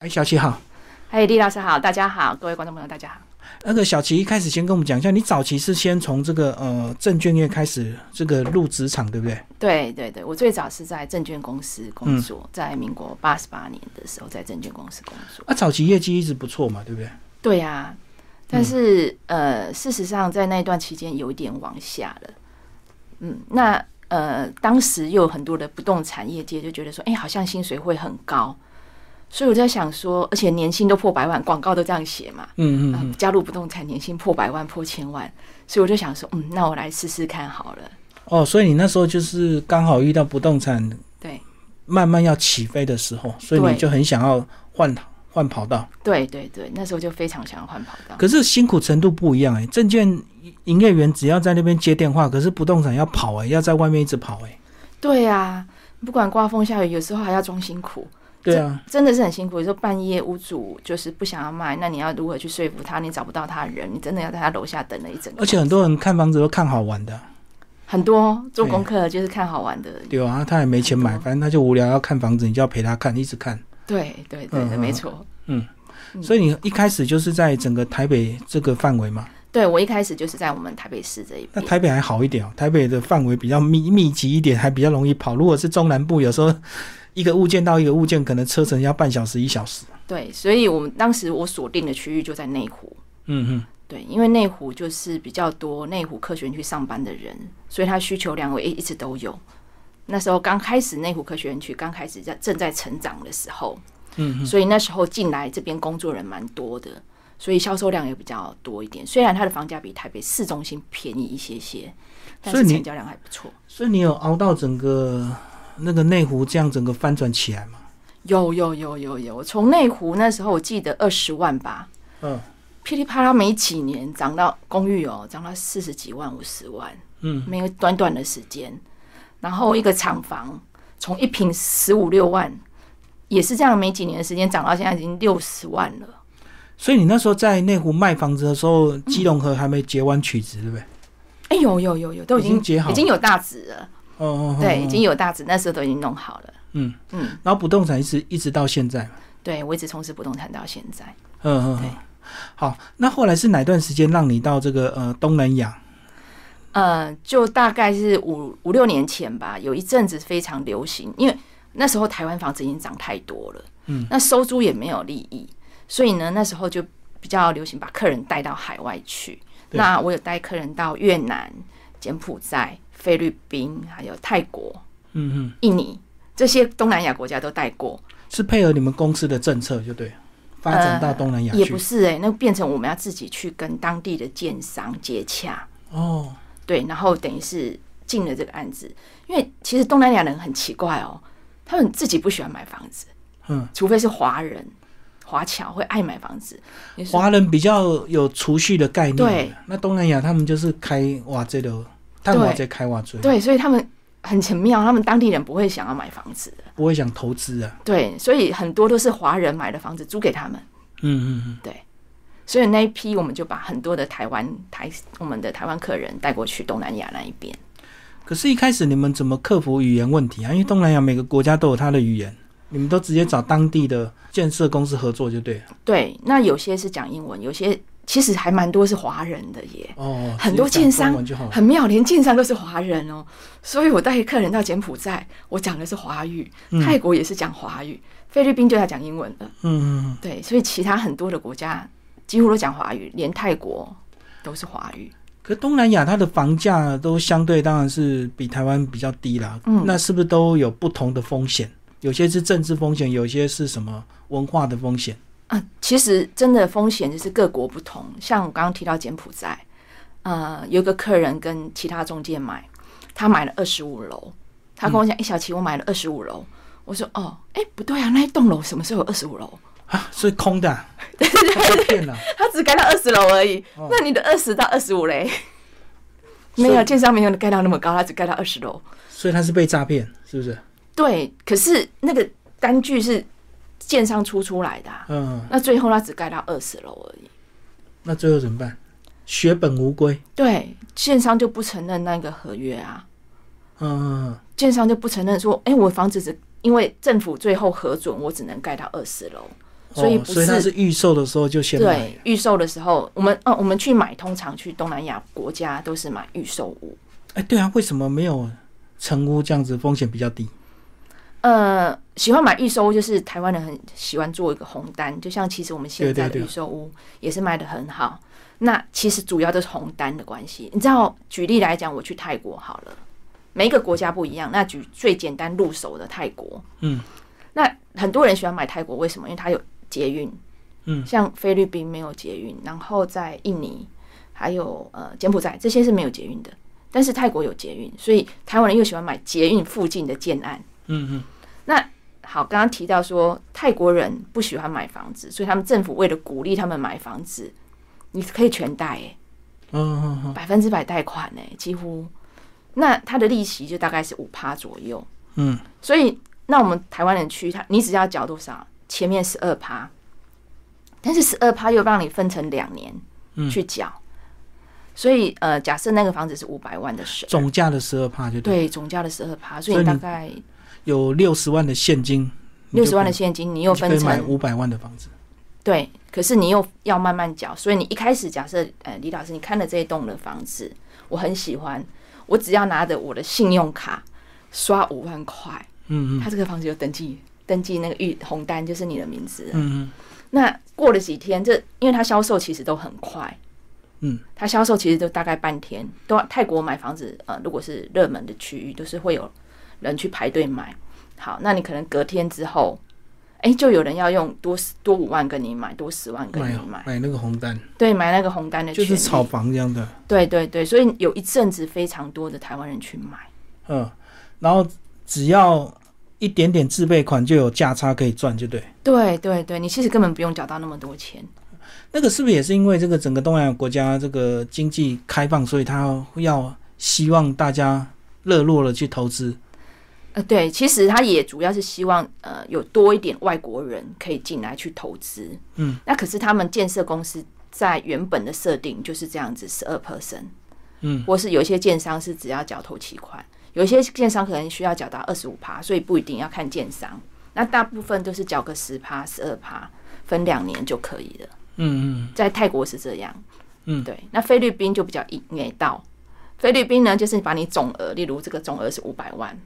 哎，小齐好，嗨，李老师好，大家好，各位观众朋友大家好。那个小齐一开始先跟我们讲一下，你早期是先从这个呃证券业开始这个入职场，对不对？对对对，我最早是在证券公司工作，在民国八十八年的时候在证券公司工作。啊，早期业绩一直不错嘛，对不对？对呀、嗯但是、呃，事实上在那一段期间有一点往下了。嗯，那呃，当时又有很多的不动产业界就觉得说，哎、好像薪水会很高，所以我在想说，而且年薪都破百万，广告都这样写嘛，嗯嗯啊嗯。加入不动产年薪破百万、破千万，所以我就想说，嗯，那我来试试看好了。哦，所以你那时候就是刚好遇到不动产对慢慢要起飞的时候，所以你对就很想要换换跑道。对对对，那时候就非常想要换跑道。可是辛苦程度不一样哎、证券营业员只要在那边接电话，可是不动产要跑哎、要在外面一直跑哎、对啊，不管刮风下雨，有时候还要装辛苦，对啊，真的是很辛苦。有时候半夜屋主就是不想要卖，那你要如何去说服他？你找不到他的人，你真的要在他楼下等了一整个。而且很多人看房子都看好玩的，很多做功课就是看好玩的，对啊，他也没钱买，很多反正他就无聊要看房子，你就要陪他看，一直看。对对对嗯对，嗯没错。嗯所以你一开始就是在整个台北这个范围嘛，对我一开始就是在我们台北市这一那边，台北还好一点哦，台北的范围比较密密集一点，还比较容易跑。如果是中南部，有时候一个物件到一个物件，可能车程要半小时一小时。对，所以我们当时我锁定的区域就在内湖。嗯嗯，对，因为内湖就是比较多内湖科学园区上班的人，所以他需求量我一一直都有。那时候刚开始内湖科学园区刚开始在正在成长的时候，嗯，所以那时候进来这边工作人蛮多的，所以销售量也比较多一点。虽然它的房价比台北市中心便宜一些些，但所以是你成交量还不错。所以你有熬到整个那个内湖这样整个翻转起来嘛？有有有有有，从内湖那时候我记得二十万吧，嗯噼里啪啦没几年涨到公寓哦，涨到四十几万、五十万。嗯，没有短短的时间，然后一个厂房从一平十五六万，也是这样，没几年的时间涨到现在已经六十万了。所以你那时候在内湖卖房子的时候，基隆河还没结完曲子，对不对？哎，有有有有，都已已经经结好了已经有大值了，哦哦，哦对，哦已经有大值，那时候都已经弄好了。嗯嗯，然后不动产一直一直到现在嘛。对我一直从事不动产到现在。嗯嗯对嗯。好，那后来是哪段时间让你到这个呃东南亚？呃，就大概是五五六年前吧，有一阵子非常流行，因为那时候台湾房子已经涨太多了，嗯，那收租也没有利益，所以呢，那时候就比较流行把客人带到海外去。对那我有带客人到越南、柬埔寨、菲律宾，还有泰国、嗯嗯。印尼这些东南亚国家都带过，是配合你们公司的政策就对了，发展到东南亚也去不。是哎、那变成我们要自己去跟当地的建商接洽，哦，对，然后等于是进了这个案子，因为其实东南亚人很奇怪哦，他们自己不喜欢买房子，嗯，除非是华人、华侨会爱买房子。你说华人比较有储蓄的概念。对，那东南亚他们就是开哇这的，探对瓦这开瓦追，对，所以他们很奇妙，他们当地人不会想要买房子的，不会想投资啊。对，所以很多都是华人买的房子租给他们，嗯嗯嗯。所以那一批我们就把很多的台湾台我们的台湾客人带过去东南亚那一边。可是，一开始你们怎么克服语言问题啊？因为东南亚每个国家都有它的语言，你们都直接找当地的建设公司合作就对了。对，那有些是讲英文，有些其实还蛮多是华人的耶。哦，很多直接讲建商中文就好了。很妙，连建商都是华人哦，所以我带客人到柬埔寨，我讲的是华语，泰国也是讲华语，菲律宾就要讲英文了。嗯嗯。嗯对，所以其他很多的国家几乎都讲华语，连泰国都是华语。可东南亚它的房价都相对当然是比台湾比较低啦，嗯那是不是都有不同的风险？有些是政治风险，有些是什么文化的风险？啊，其实真的风险就是各国不同。像我刚刚提到柬埔寨，呃，有一个客人跟其他中介买，他买了二十五楼，他跟我讲：“哎、小琪，我买了二十五楼。”我说：“哦，哎、不对啊，那一栋楼什么时候有二十五楼？”啊，是空的、啊，被骗 了。他只盖到二十楼而已，哦那你的二十到二十五嘞？所以没有，建商没有盖到那么高，他只盖到二十楼。所以他是被诈骗，是不是？对，可是那个单据是建商出出来的啊、嗯，那最后他只盖到二十楼而已。那最后怎么办？血本无归。对，建商就不承认那个合约啊，嗯，建商就不承认说，哎、我房子只因为政府最后核准，我只能盖到二十楼，所以哦不所以它是预售的时候就先买啊对，预售的时候，我们哦，我们去买，通常去东南亚国家都是买预售屋。哎，对啊，为什么没有成屋这样子风险比较低？呃，喜欢买预售屋，就是台湾人很喜欢做一个红单，就像其实我们现在的对对对预售屋也是卖的很好。那其实主要都是红单的关系。你知道，举例来讲，我去泰国好了，每一个国家不一样。那举最简单入手的泰国，嗯，那很多人喜欢买泰国，为什么？因为它有捷运，嗯像菲律宾没有捷运，然后在印尼还有呃柬埔寨这些是没有捷运的，但是泰国有捷运，所以台湾人又喜欢买捷运附近的建案。嗯嗯，好，刚刚提到说泰国人不喜欢买房子，所以他们政府为了鼓励他们买房子，你可以全贷、欸，嗯嗯嗯百分之百贷款、欸，几乎，那它的利息就大概是五趴左右。嗯，所以那我们台湾人去，他你只要缴多少？前面十二趴，但是十二趴又让你分成两年嗯去缴，所以呃，假设那个房子是五百万的时，总价的十二帕就对，对总价的十二趴，所以所以你大你概有六十万的现金，六十万的现现金，你又分可以买成五百万的房子。对，可是你又要慢慢缴，所以你一开始假设，呃，李老师，你看了这一栋的房子，我很喜欢，我只要拿着我的信用卡刷五万块，嗯嗯他这个房子有登记，登记那个预红单就是你的名字。嗯那过了几天，这因为它销售其实都很快，嗯，它销售其实都大概半天。都泰国买房子，呃，如果是热门的区域，都是会有人去排队买。好，那你可能隔天之后，哎、就有人要用多十多五万跟你买，多十万嗯，跟买你买，买那个红单，对，买那个红单的就是权利炒房这样的。对对对，所以有一阵子非常多的台湾人去买，嗯，然后只要一点点自备款就有价差可以赚，就对。对对对，你其实根本不用缴到那么多钱。那个是不是也是因为这个整个东南亚国家这个经济开放，所以他要希望大家热络的去投资？呃，对，其实他也主要是希望呃有多一点外国人可以进来去投资。嗯，那可是他们建设公司在原本的设定就是这样子，十二 percent，嗯，或是有一些建商是只要缴头期款，有一些建商可能需要缴到二十五趴，所以不一定要看建商。那大部分都是缴个十趴、十二趴，分两年就可以了。嗯嗯在泰国是这样，嗯对。那菲律宾就比较一没到，菲律宾呢就是把你总额，例如这个总额是五百万，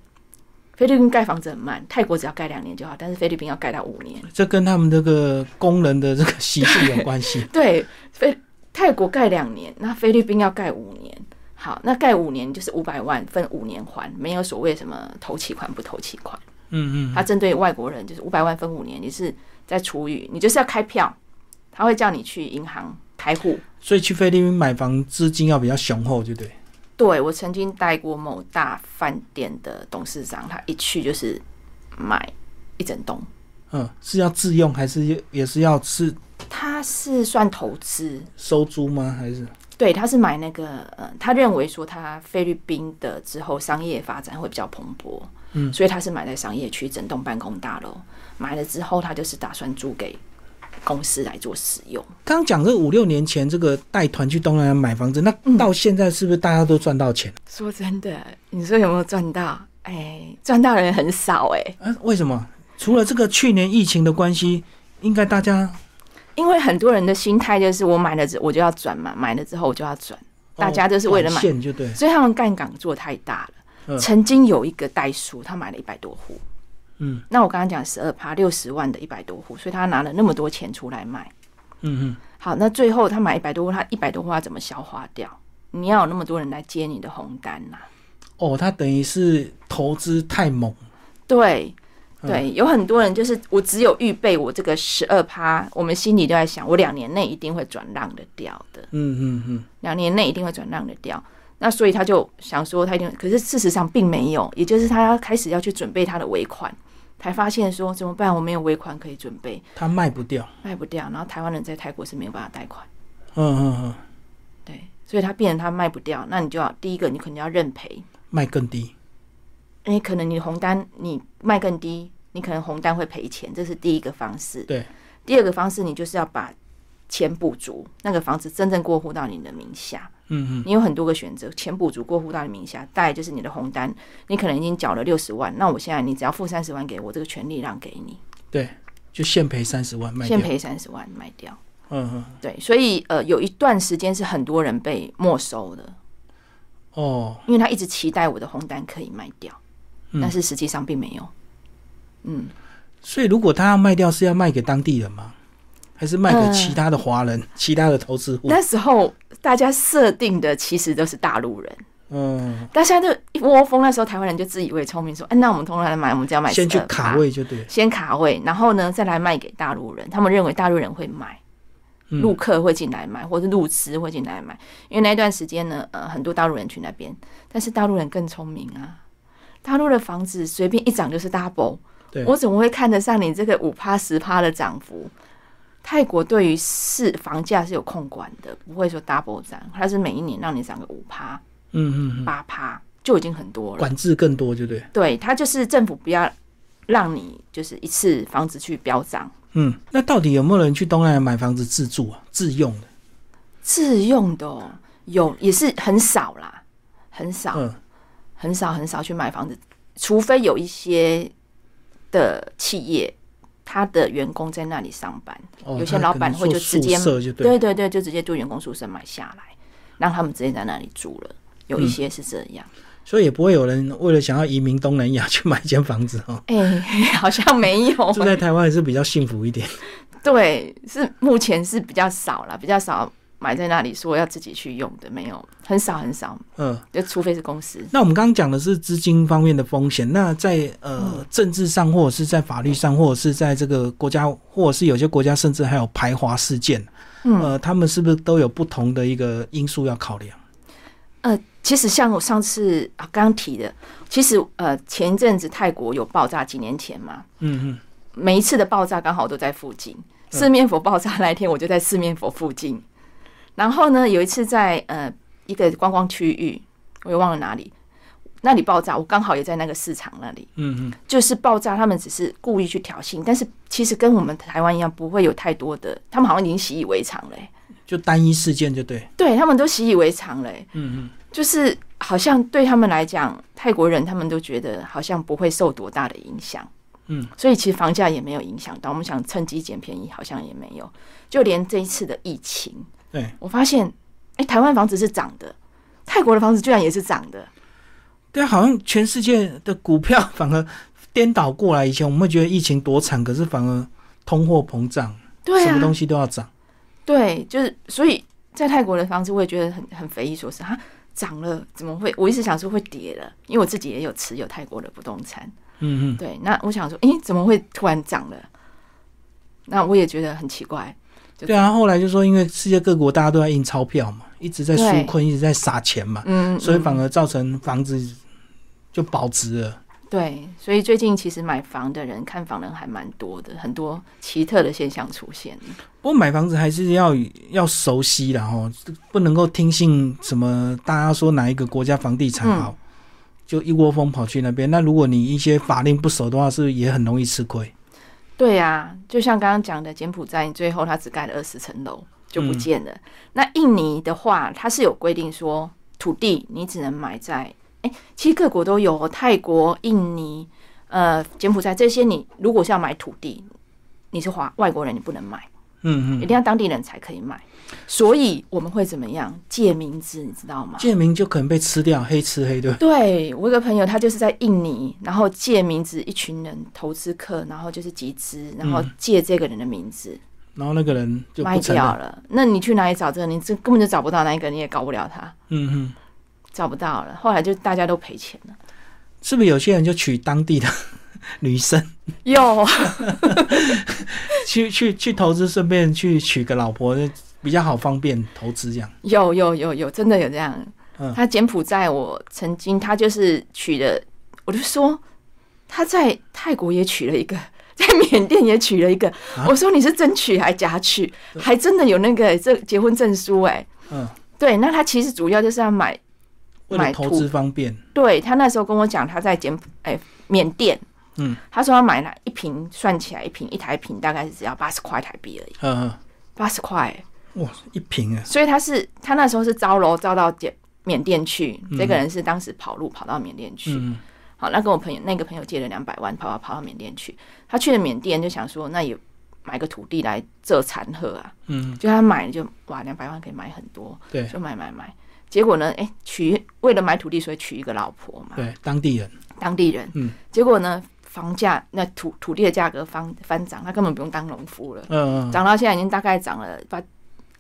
菲律宾盖房子很慢，泰国只要盖两年就好，但是菲律宾要盖到五 年。这跟他们这个工人的这个习性有关系。对，菲泰国盖两年，那菲律宾要盖五年。好，那盖五年就是五百万，分五年还，没有所谓什么投期款不投期款。嗯嗯它针对外国人就是五百万分五年，你是在除以，你就是要开票，他会叫你去银行开户。所以去菲律宾买房资金要比较雄厚，就对。对我曾经带过某大饭店的董事长，他一去就是买一整栋，嗯，是要自用还是也是要是他是算投资，收租吗？还是对，他是买那个，呃，他认为说他菲律宾的之后商业发展会比较蓬勃，嗯所以他是买在商业区整栋办公大楼，买了之后他就是打算租给公司来做使用。刚刚讲这五六年前这个带团去东南亚买房子，那嗯到现在是不是大家都赚到钱？说真的，你说有没有赚到？哎，赚到的人很少哎、啊，为什么？除了这个去年疫情的关系，应该大家因为很多人的心态就是我买了之我就要转嘛，买了之后我就要转，大家都是为了短买哦线就对，所以他们杠杆做太大了。嗯曾经有一个代数，他买了一百多户，嗯那我刚刚讲十二趴六十万的一百多户，所以他拿了那么多钱出来卖。嗯好，那最后他买一百多户，他一百多户他怎么消化掉？你要有那么多人来接你的红单呐、嗯，哦，他等于是投资太猛，对。嗯对，有很多人就是我只有预备我这个十二趴，我们心里都在想，我两年内一定会转让的掉的。嗯嗯嗯，两年内一定会转让的掉。那所以他就想说，他一定，可是事实上并没有，也就是他开始要去准备他的尾款，才发现说怎么办，我没有尾款可以准备，他卖不掉，卖不掉。然后台湾人在泰国是没有办法贷款，嗯嗯嗯，对，所以他变成他卖不掉，那你就要第一个，你可能要认赔，卖更低，因为可能你红单你卖更低，你可能红单会赔钱，这是第一个方式。对，第二个方式你就是要把钱补足，那个房子真正过户到你的名下。嗯嗯你有很多个选择，钱补足过户到你名下，再来就是你的红单，你可能已经缴了六十万，那我现在你只要付三十万给我，这个权利让给你。对，就现赔三十万卖掉现。赔三十万卖掉。嗯嗯，对，所以呃，有一段时间是很多人被没收的，哦，因为他一直期待我的红单可以卖掉，嗯但是实际上并没有。嗯，所以如果他要卖掉，是要卖给当地人吗？还是卖给其他的华人、其他的投资户？呃那时候大家设定的其实都是大陆人，嗯，但现在就一窝蜂。那时候台湾人就自以为聪明，说：“哎、那我们通常来买，我们只要买先去12%卡，位就对了。先卡位，然后呢再来卖给大陆人。他们认为大陆人会买，嗯陆客会进来买，或是路痴会进来买。因为那段时间呢，呃，很多大陆人去那边，但是大陆人更聪明啊。大陆的房子随便一涨就是 double，对我怎么会看得上你这个五趴十趴的涨幅？泰国对于市房价是有控管的，不会说 double 涨，它是每一年让你涨个五趴嗯嗯嗯，八趴就已经很多了。管制更多就对。对，它就是政府不要让你就是一次房子去飙涨，嗯，那到底有没有人去东南亚买房子自住啊、自用的？自用的、哦、有也是很少啦，很少。嗯，很少很少去买房子，除非有一些的企业，他的员工在那里上班，哦有些老板会就直接他可能做宿舍就对对对对，就直接住员工宿舍买下来，让他们直接在那里住了。有一些是这样，所以也不会有人为了想要移民东南亚 去买一间房子哦。哎、 好像没有住，在台湾还是比较幸福一点。对，是目前是比较少了，比较少买在那里说要自己去用的，没有，很少很少，嗯，就除非是公司。那我们刚刚讲的是资金方面的风险，那在嗯呃政治上，或者是在法律上，或者是在这个国家，或者是有些国家甚至还有排华事件，嗯呃，他们是不是都有不同的一个因素要考量？呃，其实像我上次啊刚刚提的，其实呃前一阵子泰国有爆炸，几年前嘛，嗯嗯，每一次的爆炸刚好都在附近。四面佛爆炸那一天，我就在四面佛附近。然后呢，有一次在呃一个观光区域，我也忘了哪里，那里爆炸，我刚好也在那个市场那里。嗯嗯，就是爆炸，他们只是故意去挑衅，但是其实跟我们台湾一样，不会有太多的，他们好像已经习以为常了欸、就单一事件就对。对他们都习以为常了欸、嗯就是好像对他们来讲，泰国人他们都觉得好像不会受多大的影响，嗯，所以其实房价也没有影响到。我们想趁机捡便宜，好像也没有。就连这一次的疫情，对，我发现，哎、台湾房子是涨的，泰国的房子居然也是涨的，对，好像全世界的股票 反而颠倒过来。以前我们会觉得疫情多惨，可是反而通货膨胀，对什么啊东，西都要涨。对，就是所以在泰国的房子，我也觉得很很匪夷所思哈，涨了怎么会？我一直想说会跌了，因为我自己也有持有泰国的不动产。嗯嗯，对，那我想说，诶，怎么会突然涨了？那我也觉得很奇怪。对啊。后来就说，因为世界各国大家都在印钞票嘛，一直在纾困，一直在撒钱嘛，嗯，所以反嗯而造成房子就保值了。对，所以最近其实买房的人、看房人还蛮多的，很多奇特的现象出现。不过买房子还是要要熟悉的哈，不能够听信什么大家说哪一个国家房地产嗯好，就一窝蜂跑去那边。那如果你一些法令不熟的话，是不是也很容易吃亏？对啊，就像刚刚讲的，柬埔寨最后它只盖了二十层楼就嗯不见了。那印尼的话，它是有规定说，土地你只能买在，哎、其实各国都有哦，泰国、印尼、呃柬埔寨这些，你如果是要买土地，你是华外国人，你不能买。嗯一嗯，定要当地人才可以买。所以我们会怎么样？借名字，你知道吗？建民就可能被吃掉，黑吃黑，对吧？对我有个朋友，他就是在印尼，然后借名字，一群人投资客，然后就是集资，然后借这个人的名字、然后那个人就卖不承认掉。了。那你去哪里找这个？你这根本就找不到那一个，你也搞不了他，嗯嗯，找不到了。后来就大家都赔钱了。是不是有些人就娶当地的 女生有去去去投资，顺便去娶个老婆，比较好方便投资这样？有有有有，真的有这样。嗯他柬埔寨，我曾经他就是娶了，我就说他在泰国也娶了一个，在缅甸也娶了一个。啊我说你是真娶还假娶？还真的有那个这结婚证书哎、嗯，对，那他其实主要就是要买。为了买投土资方便。对他那时候跟我讲，他在柬埔哎缅甸，嗯，他说他买了一瓶，算起来一瓶一台瓶大概是只要八十块台币而已，嗯嗯，八十块欸。哇，一瓶啊，所以他是他那时候是招楼招到缅缅甸去，这个人是当时跑路跑到缅甸去，嗯好，那跟我朋友那个朋友借了两百万，跑跑跑到缅甸去。他去了缅甸就想说，那也买个土地来这残荷啊。嗯，就他买了就哇，两百万可以买很多，对就买买买。结果呢，哎、娶为了买土地，所以娶一个老婆嘛，对，当地人，当地人。嗯，结果呢，房价那土土地的价格翻翻涨，他根本不用当农夫了，嗯、嗯涨到现在已经大概涨了八，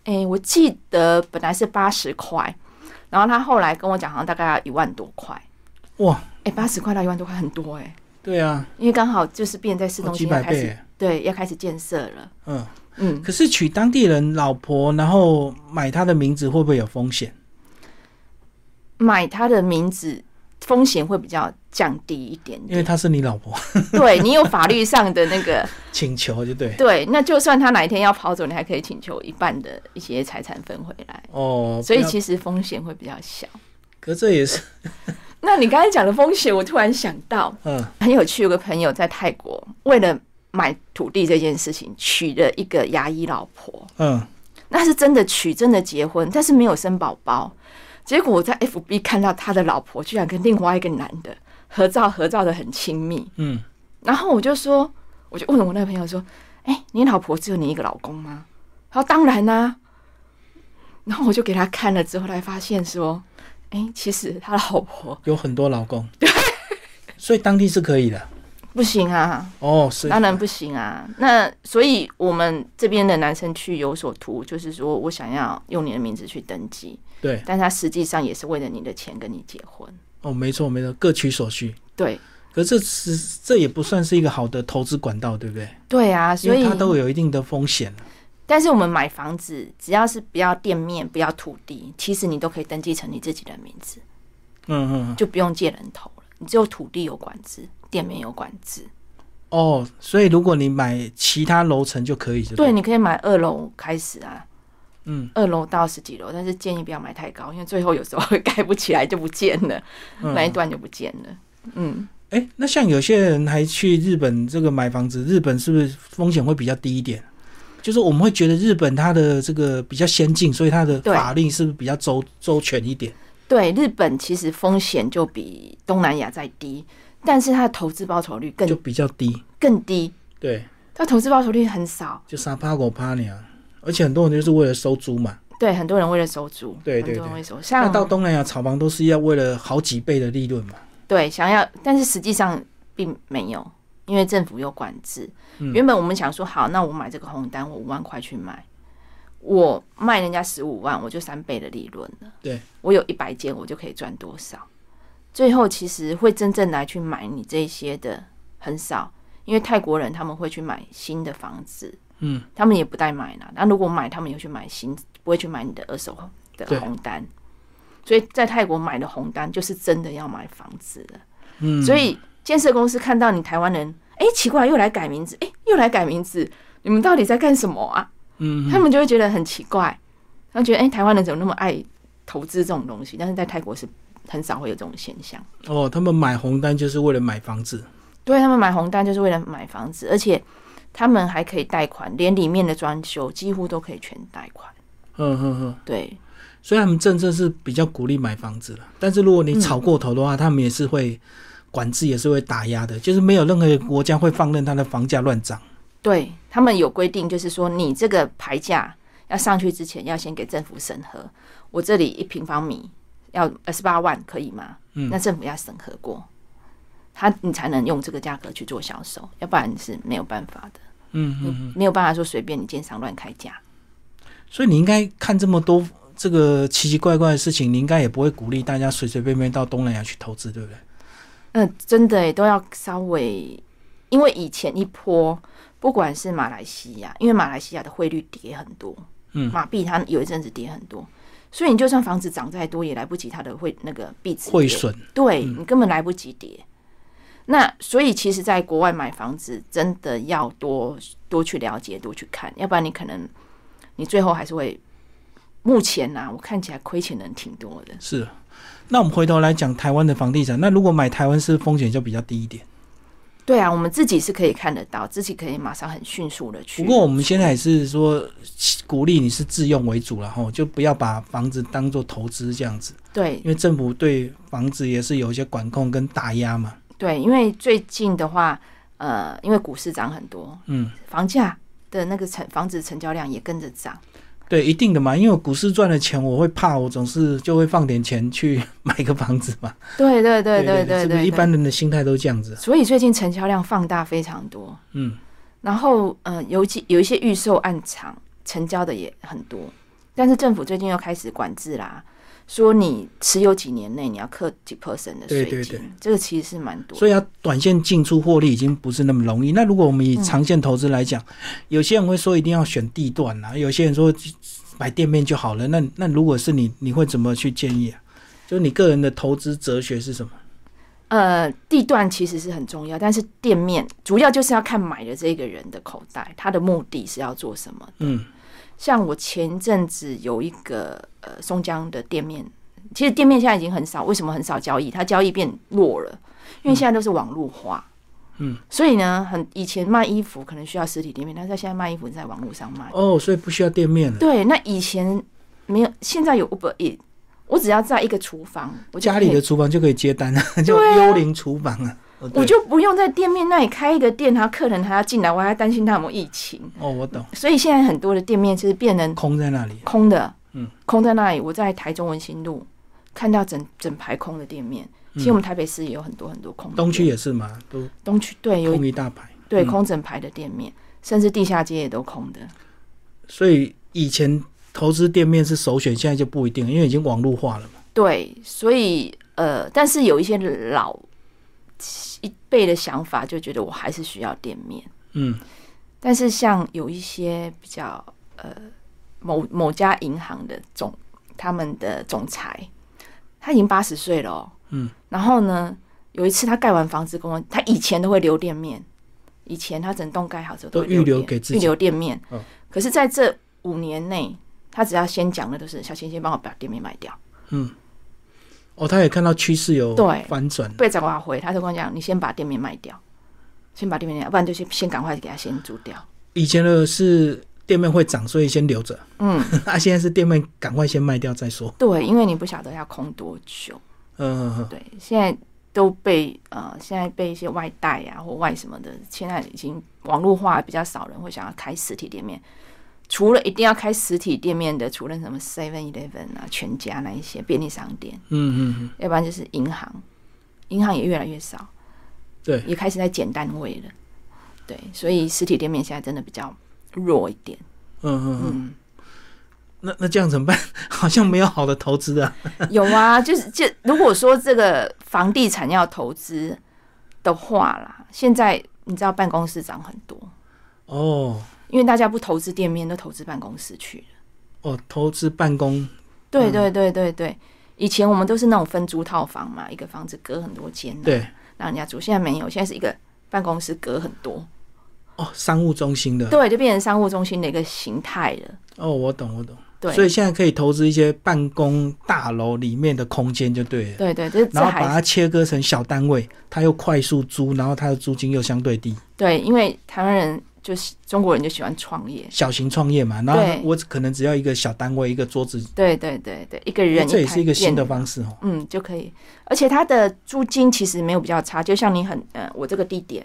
哎、我记得本来是八十块，然后他后来跟我讲，好像大概要一万多块。哇，哎、八十块到一万多块很多哎、对啊，因为刚好就是变在市好中哦几心要百开始，倍，对，要开始建设了。嗯。嗯，可是娶当地人老婆，然后买她的名字，会不会有风险？买它的名字风险会比较降低一点因为点。她是你老婆， 对你有法律上的那个，请求就对。对，那就算他哪一天要跑走，你还可以请求一半的一些财产分回来，哦，所以不要其实风险会比较小。可这也是，那你刚才讲的风险，我突然想到嗯很有趣，有个朋友在泰国为了买土地这件事情，娶了一个牙医老婆。嗯，那是真的娶，真的结婚，但是没有生宝宝。结果我在 FB 看到他的老婆居然跟另外一个男的合照，合照的很亲密。嗯，然后我就说，我就问我那个朋友说：“哎、你老婆只有你一个老公吗？”他说：“当然啦、啊然后我就给他看了之后，才发现说：“哎、其实他老婆有很多老公， 所以当地是可以的。不行啊，哦，是，当然不行啊。那所以我们这边的男生去有所图，就是说我想要用你的名字去登记。对，但他实际上也是为了你的钱跟你结婚。哦，没错没错，各取所需。对可这是这也不算是一个好的投资管道，对不对？对啊，因所为以它都有一定的风险。但是我们买房子，只要是不要店面、不要土地，其实你都可以登记成你自己的名字，嗯嗯，嗯就不用借人头了。你只有土地有管制，店面有管制。哦，所以如果你买其他楼层就可以，就对，，你可以买二楼开始啊，嗯二楼到十几楼，但是建议不要买太高，因为最后有时候会盖不起来就不见了，嗯。那一段就不见了。嗯，哎，那像有些人还去日本这个买房子，日本是不是风险会比较低一点？就是我们会觉得日本它的这个比较先进，所以它的对法令是不是比较周周全一点？对，日本其实风险就比东南亚再低，但是它的投资报酬率就更比较低，更低。对，它投资报酬率很少，就三趴五趴呢。而且很多人就是为了收租嘛，对，很多人为了收租，对对很多人对为收，那到像东南亚炒房都是要为了好几倍的利润嘛。对想要，但是实际上并没有，因为政府有管制。嗯原本我们想说，好，那我买这个红单，我五万块去买，我卖人家十五万，我就三倍的利润了。对，我有一百间，我就可以赚多少？最后其实会真正来去买你这些的很少，因为泰国人他们会去买新的房子，嗯，他们也不带买啦。那如果买，他们也去买新，不会去买你的二手对的红单。所以在泰国买的红单就是真的要买房子了。嗯，所以建设公司看到你台湾人，哎、奇怪，又来改名字，哎、又来改名字，你们到底在干什么啊？嗯，他们就会觉得很奇怪，他们觉得哎、诶台湾人怎么那么爱投资这种东西？但是在泰国是很少会有这种现象。哦，他们买红单就是为了买房子，对他们买红单就是为了买房子，而且他们还可以贷款，连里面的装修几乎都可以全贷款。嗯嗯嗯，对所以他们政策是比较鼓励买房子了。但是如果你炒过头的话，他们也是会管制，也是会打压的，就是没有任何一个国家会放任它的房价乱涨。对，他们有规定，就是说你这个牌价要上去之前，要先给政府审核。我这里一平方米要二十八万，可以吗？嗯那政府要审核过，他你才能用这个价格去做销售，要不然你是没有办法的，嗯嗯，没有办法说随便你建商乱开价。所以你应该看这么多这个奇奇怪怪的事情，你应该也不会鼓励大家随随便便到东南亚去投资，对不对？嗯、真的耶都要稍微，因为以前一波，不管是马来西亚，因为马来西亚的汇率跌很多，嗯马币它有一阵子跌很多，所以你就算房子涨再多，也来不及它的汇那个币值汇跌损，嗯对你根本来不及叠。那所以，其实，在国外买房子，真的要多多去了解，多去看，要不然你可能你最后还是会。目前呐、我看起来亏钱的人挺多的。是。那我们回头来讲台湾的房地产，那如果买台湾是不是风险就比较低一点。对啊，我们自己是可以看得到，自己可以马上很迅速的去。不过我们现在也是说鼓励你是自用为主了哈，就不要把房子当做投资这样子，对因为政府对房子也是有一些管控跟打压嘛。对，因为最近的话，呃，因为股市涨很多，嗯，房价的那个成房子成交量也跟着涨。对，一定的嘛，因为我股市赚了钱，我会怕，我总是就会放点钱去买个房子嘛。对对 对对对对是不是对，一般人的心态都这样子对。？所以最近成交量放大非常多，嗯，然后呃，尤其有一些预售暗场成交的也很多，但是政府最近又开始管制啦。说你持有几年内你要扣几 percent 的税对金，对对这个其实是蛮多的。所以要短线进出获利已经不是那么容易。那如果我们以嗯长线投资来讲，有些人会说一定要选地段啦，有些人说买店面就好了。那那如果是你，你会怎么去建议啊？就是你个人的投资哲学是什么？呃，地段其实是很重要，但是店面主要就是要看买的这个人的口袋，他的目的是要做什么。嗯，像我前阵子有一个呃松江的店面，其实店面现在已经很少，为什么很少交易？它交易变弱了，因为现在都是网络化。嗯，所以呢，很以前卖衣服可能需要实体店面，但是它现在卖衣服在网络上卖。哦，所以不需要店面了，对，那以前没有，现在有 Uber Eat，我只要在一个厨房，我就家可以里的厨房就可以接单了， 就对啊幽灵厨房啊。哦对我就不用在店面那里开一个店，然后客人还要进来，我还要担心他有没有疫情。哦，我懂，所以现在很多的店面就是变成空在那里。空的，嗯，空在那里。我在台中文心路看到整整排空的店面，其实我们台北市也有很多很多空的店。嗯东区也是嘛，都东区对有空一大排。对嗯空整排的店面，甚至地下街也都空的。所以以前投资店面是首选，现在就不一定，因为已经网络化了嘛。对，所以呃，但是有一些老一辈的想法就觉得我还是需要店面。嗯，但是像有一些比较呃某某家银行的总他们的总裁，他已经八十岁了、哦，嗯，然后呢，有一次他盖完房子跟我，他以前都会留店面，以前他整栋盖好之后会都预留店给自己预留店面，嗯可是在这五年内，他只要先讲的都是小钱先帮我把店面卖掉，哦，他也看到趋势有对反转，被找我回，他就跟我讲，你先把店面卖掉，先把店面卖掉，不然就先先赶快给他先租掉，以前的是店面会涨，所以先留着， 嗯，啊，现在是店面赶快先卖掉再说。对，因为你不晓得要空多久。嗯、对，现在都被呃，现在被一些外带啊或外什么的，现在已经网络化，比较少人会想要开实体店面。除了一定要开实体店面的，除了什么 Seven Eleven 啊、全家那一些便利商店，嗯嗯嗯，要不然就是银行，银行也越来越少，对也开始在简单位了。对，所以实体店面现在真的比较弱一点。嗯嗯嗯，嗯，那那这样怎么办？ 好像没有好的投资啊。有啊，就是 就如果说这个房地产要投资的话啦，现在你知道办公室涨很多，哦因为大家不投资店面，都投资办公室去了。哦，投资办公，对对对对对，以前我们都是那种分租套房嘛，一个房子隔很多间、啊，对让人家住。现在没有，现在是一个办公室隔很多，哦，商务中心的。对，就变成商务中心的一个形态了。哦，我懂我懂。对，所以现在可以投资一些办公大楼里面的空间就对了。对对，这这然后把还它切割成小单位，它又快速租，然后它的租金又相对低，对，因为台湾人就是中国人就喜欢创业，小型创业嘛。然后对我只可能只要一个小单位，一个桌子，对对对对，一个人这也台是一个新电的方式哦。嗯，就可以。而且它的租金其实没有比较差，就像你很呃，我这个地点，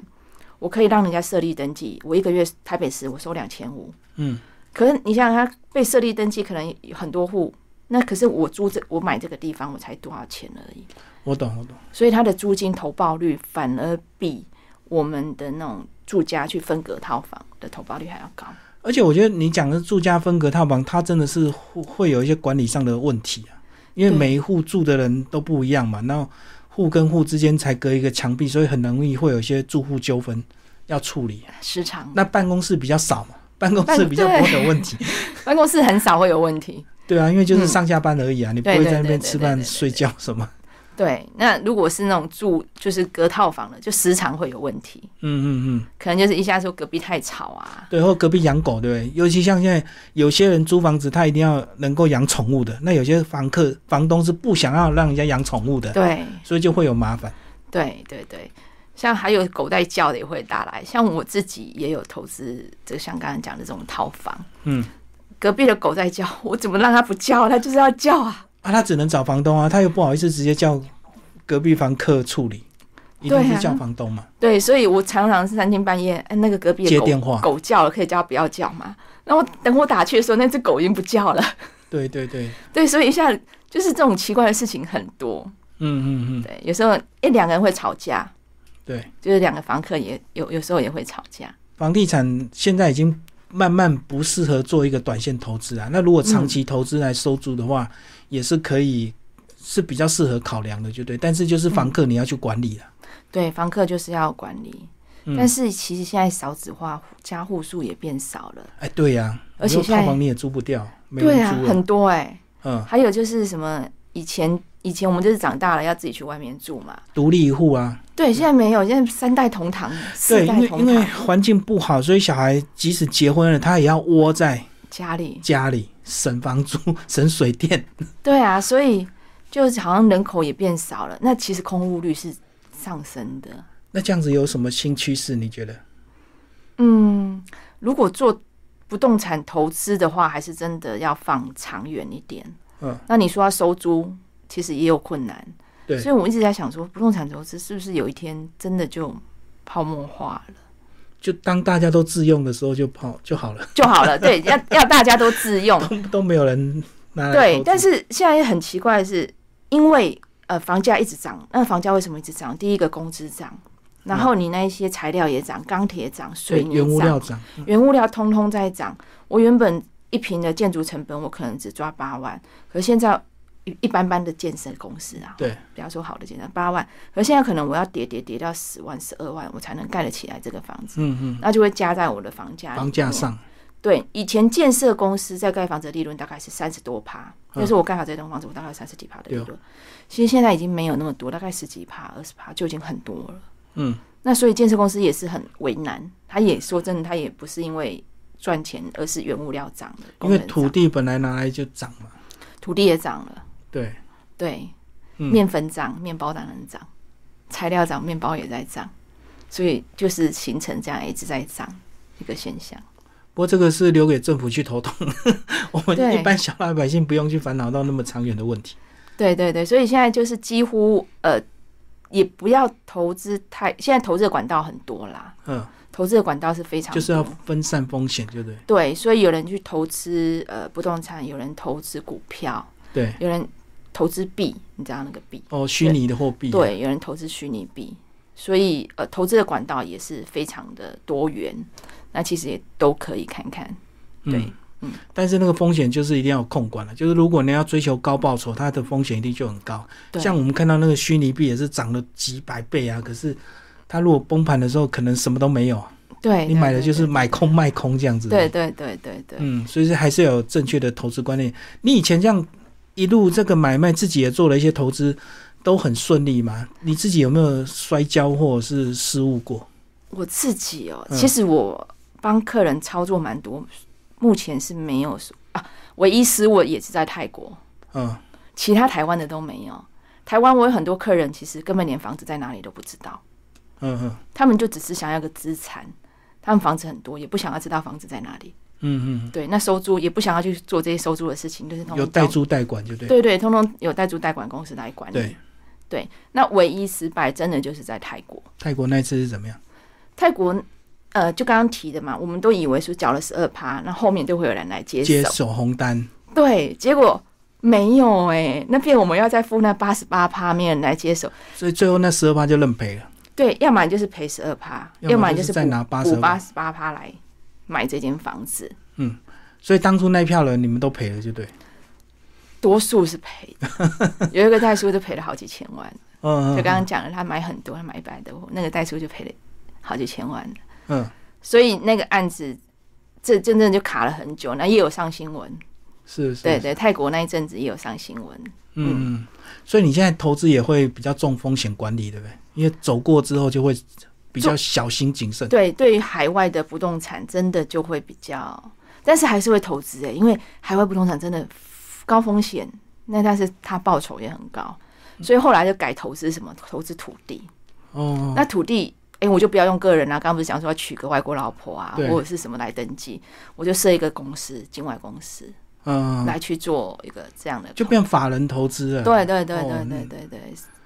我可以让人家设立登记，我一个月台北市我收两千五。嗯，可是你想想，它被设立登记可能有很多户，那可是我租这我买这个地方我才多少钱而已，我懂，我懂。所以它的租金投报率反而比我们的那种住家去分隔套房的投报率还要高。而且我觉得你讲的住家分隔套房，它真的是会会有一些管理上的问题啊，因为对每一户住的人都不一样嘛，然后户跟户之间才隔一个墙壁，所以很容易会有一些住户纠纷要处理。啊时常那办公室比较少嘛，办公室办比较不会有问题。办公 室很少会有问题。对啊，因为就是上下班而已啊，你不会对对在那边对对吃对饭对对睡觉什么。对，那如果是那种住就是隔套房的，就时常会有问题。嗯嗯嗯，可能就是一下说隔壁太吵啊，对，或隔壁养狗，对不对？尤其像现在有些人租房子，他一定要能够养宠物的，那有些房客房东是不想要让人家养宠物的，对所以就会有麻烦。对对对，像还有狗在叫的也会打来，像我自己也有投资，就像刚刚讲的这种套房，嗯，隔壁的狗在叫，我怎么让它不叫？它就是要叫啊，啊，他只能找房东啊，他又不好意思直接叫隔壁房客处理。一定对是啊叫房东嘛。对，所以我常常是三更半夜，哎，那个隔壁的接狗电话狗叫了，可以叫它不要叫嘛。然后等我打去的时候，那只狗已经不叫了。 对对对，对，所以一下就是这种奇怪的事情很多。嗯嗯嗯，对，有时候哎两个人会吵架，对，就是两个房客也有有时候也会吵架。房地产现在已经慢慢不适合做一个短线投资啊。那如果长嗯期投资来收租的话，也是可以，是比较适合考量的，就对。但是就是嗯房客你要去管理了、啊对，房客就是要管理，嗯但是其实现在少子化，家户数也变少了。哎，对呀、而且你又现在套房你也租不掉，没对人啊，租了。很多哎、嗯，还有就是什么以前以前我们就是长大了要自己去外面住嘛。独立户啊，对，现在没有，现在三代同堂，四对，因代为因同为堂，环境不好，所以小孩即使结婚了，他也要窝在家里。家里省房租、 省水电。 对啊，所以就是好像人口也变少了，那其实空屋率是上升的。那这样子有什么新趋势？你觉得？嗯，如果做不动产投资的话，还是真的要放长远一点。嗯，那你说要收租，其实也有困难。对所以我一直在想说，不动产投资是不是有一天真的就泡沫化了 就当大家都自用的时候就跑就好了， 就好了？对，要要大家都自用。都都没有人拿来嗯投对，资但是现在很奇怪的是，因为呃房价一直涨，那房价为什么一直涨？第一个工资涨，然后你那一些材料也涨，钢铁涨，嗯对水泥原物料涨，涨，原物料通通在涨。我原本一平的建筑成本，我可能只抓八万，可是现在一一般般的建设公司啊，对，不要说好的建设八万，可是现在可能我要跌跌跌到十万、十二万，我才能盖得起来这个房子，嗯嗯，那就会加在我的房价里房价面上，对，以前建设公司在盖房子的利润大概是三十多趴，嗯就是我盖好这栋房子，我大概三十几趴的利对润。其实现在已经没有那么多，大概十几趴、二十趴就已经很多了。嗯，那所以建设公司也是很为难，他也说真的，他也不是因为赚钱，而是原物料涨了，因为工人土涨地本来拿来就涨嘛，土地也涨了，对，对，嗯面粉涨，面包当然涨，材料涨，面包也在涨，所以就是形成这样一直在涨一个现象。不过这个是留给政府去头痛， 我们对一般小老百姓不用去烦恼到那么长远的问题。对对对，所以现在就是几乎呃，也不要投资太，现在投资的管道很多啦，嗯，投资的管道是非常就是要多分散风险，对不对？对，所以有人去投资呃不动产，有人投资股票，对，有人投资币，你知道那个币，哦，虚拟的货币，，对，有人投资虚拟币，所以呃投资的管道也是非常的多元，那其实也都可以看看，对。嗯。但是那个风险就是一定要有控管了，就是如果你要追求高报酬，它的风险一定就很高。对像我们看到那个虚拟币也是涨了几百倍啊，可是它如果崩盘的时候，可能什么都没有，啊对，你对买的对就是买空卖空这样子。对对对对对，嗯，所以是还是要有正确的投资观念。你以前这样一路这个买卖，自己也做了一些投资，都很顺利吗？你自己有没有摔跤或者是失误过？我自己哦，嗯其实我帮客人操作蛮多，目前是没有啊，唯一失误也是在泰国，嗯，其他台湾的都没有。台湾我有很多客人，其实根本连房子在哪里都不知道，嗯嗯他们就只是想要个资产，他们房子很多，也不想要知道房子在哪里。嗯对，那收租也不想要去做这些收租的事情，就是通嗯，通有代交，租代管就对。对对，通通有代租代管公司来管理。对，对那唯一失败真的就是在泰国。泰国那次是怎么样？泰国，呃，就刚刚提的嘛，我们都以为说缴了十二趴，那后面就会有人来接手。接手红单，对，结果没有哎、那边我们要再付那八十八趴，没有人来接手。所以最后那十二趴就认赔了。对，要么就是赔十二趴，要么么就就是是补再拿补88八十八趴来买这间房子，所以当初那一票人你们都赔了，就对。多数是赔 的。有一个代叔就赔了好几千万，嗯，嗯就刚刚讲了，他买很多，他买一百多，那个代叔就赔了好几千万。嗯，嗯所以那个案子，这真正就卡了很久，那也有上新闻。是是，对对，泰国那一阵子也有上新闻。嗯，嗯所以你现在投资也会比较重风险管理，对不对？因为走过之后就会比较小心谨慎。对，对于海外的不动产，真的就会比较，但是还是会投资诶、欸因为海外不动产真的高风险，那但是它报酬也很高，嗯所以后来就改投资什么，投资土地。哦，那土地，诶、我就不要用个人啦、啊，刚刚不是讲说要娶个外国老婆啊，对或者是什么来登记，我就设一个公司，境外公司、嗯，来去做一个这样的投，就变法人投资了。对对对哦对对对对，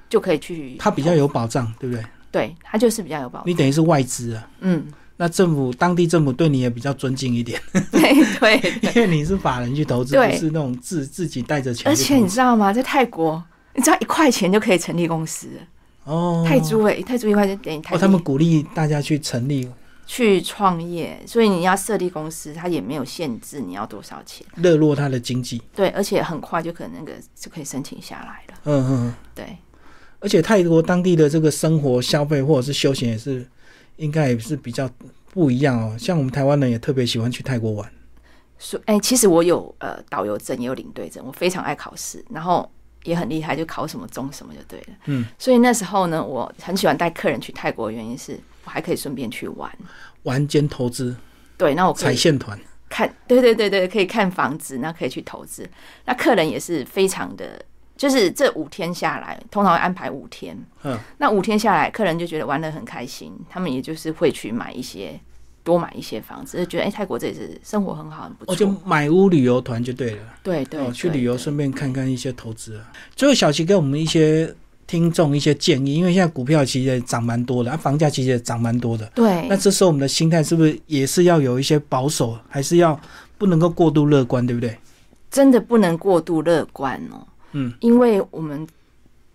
就可以去，它比较有保障，对不对？对，它就是比较有保障。你等于是外资啊。嗯， 那政府当地政府对你也比较尊敬一点， 对对对。因为你是法人去投资，对不是那种自自己带着钱而去且投你资。知道吗？在泰国，你只要一块钱就可以成立公司了。哦，泰铢诶，泰铢一块钱等于台哦，币、他们鼓励大家去成立去创业，所以你要设立公司，它也没有限制你要多少钱。热络他的经济。对，而且很快就可能那个就可以申请下来了。嗯嗯嗯，对，而且泰国当地的这个生活、消费或者是休闲也是，应该也是比较不一样哦。像我们台湾人也特别喜欢去泰国玩。所哎、其实我有呃导游证，也有领队证，我非常爱考试，然后也很厉害，就考什么中什么就对了。嗯，所以那时候呢，我很喜欢带客人去泰国，的原因是我还可以顺便去玩。玩兼投资对，那我可踩以线团，看， 对对对对，可以看房子，那可以去投资。那客人也是非常的，就是这五天下来，通常会安排五天。嗯，那五天下来，客人就觉得玩的很开心，他们也就是会去买一些，多买一些房子，就觉得哎、泰国这里是生活很好，很不哦，错。就买屋旅游团就对了。对对哦，去对旅游对顺便看看一些投资啊。最后，小齐给我们一些听众一些建议，因为现在股票其实也涨蛮多的，啊，房价其实也涨蛮多的。对，那这时候我们的心态是不是也是要有一些保守，还是要不能够过度乐观，对不对？真的不能过度乐观哦。嗯，因为我们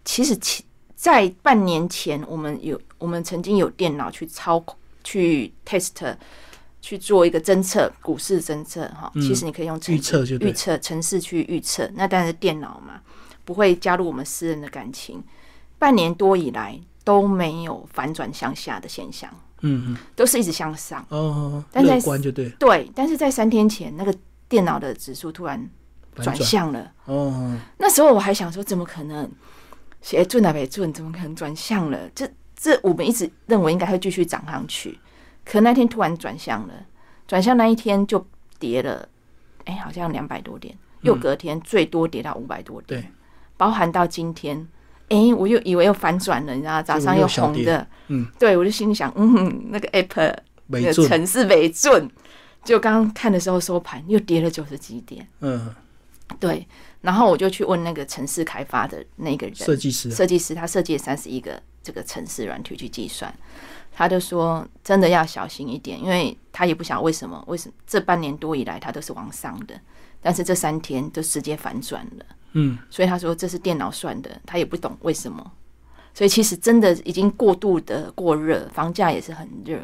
其实其在半年前，我们有我们曾经有电脑去操控去 test 去做一个侦测股市侦测哈，嗯其实你可以用程预测就对预测城市去预测，那当然是电脑嘛，不会加入我们私人的感情。半年多以来都没有反转向下的现象，嗯嗯，都是一直向上。哦，但在乐观就对，对，但是在三天前，那个电脑的指数突然反转转。向了。哦，那时候我还想说，怎么可能？写准啊，没准，怎么可能转向了？这这，我们一直认为应该会继续涨上去，可那天突然转向了，转向那一天就跌嗯了，哎、好像两百多点，又隔天最多跌到五百多点，对包含到今天，哎、我又以为又反转了，你知道，早上结果又小红的，嗯，对我就心里想，嗯，那个 app 那没个准，城市没准，就刚刚看的时候收盘又跌了九十几点。嗯，对，然后我就去问那个城市开发的那个设人，计师啊，设计师，他设计了三十一个这个城市软体去计算，他就说真的要小心一点，因为他也不晓得为什么，为什么这半年多以来他都是往上的，但是这三天就直接反转了，嗯，所以他说这是电脑算的，他也不懂为什么，所以其实真的已经过度的过热，房价也是很热，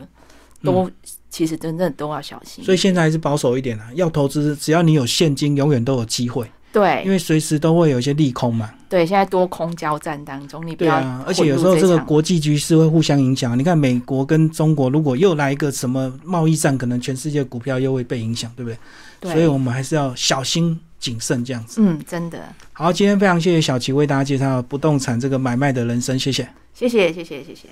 都、其实真的都要小嗯心，所以现在还是保守一点啊。要投资，只要你有现金，永远都有机会，对因为随时都会有一些利空嘛。对，现在多空交战当中，你不对要啊，而混且有入时候这个场国际局势会互相影响。你看，美国跟中国如果又来一个什么贸易战，可能全世界股票又会被影响，对不对？对所以我们还是要小心谨慎这样子。嗯，真的，好，今天非常谢谢小齐为大家介绍不动产这个买卖的人生，谢谢。谢谢，谢谢，谢谢。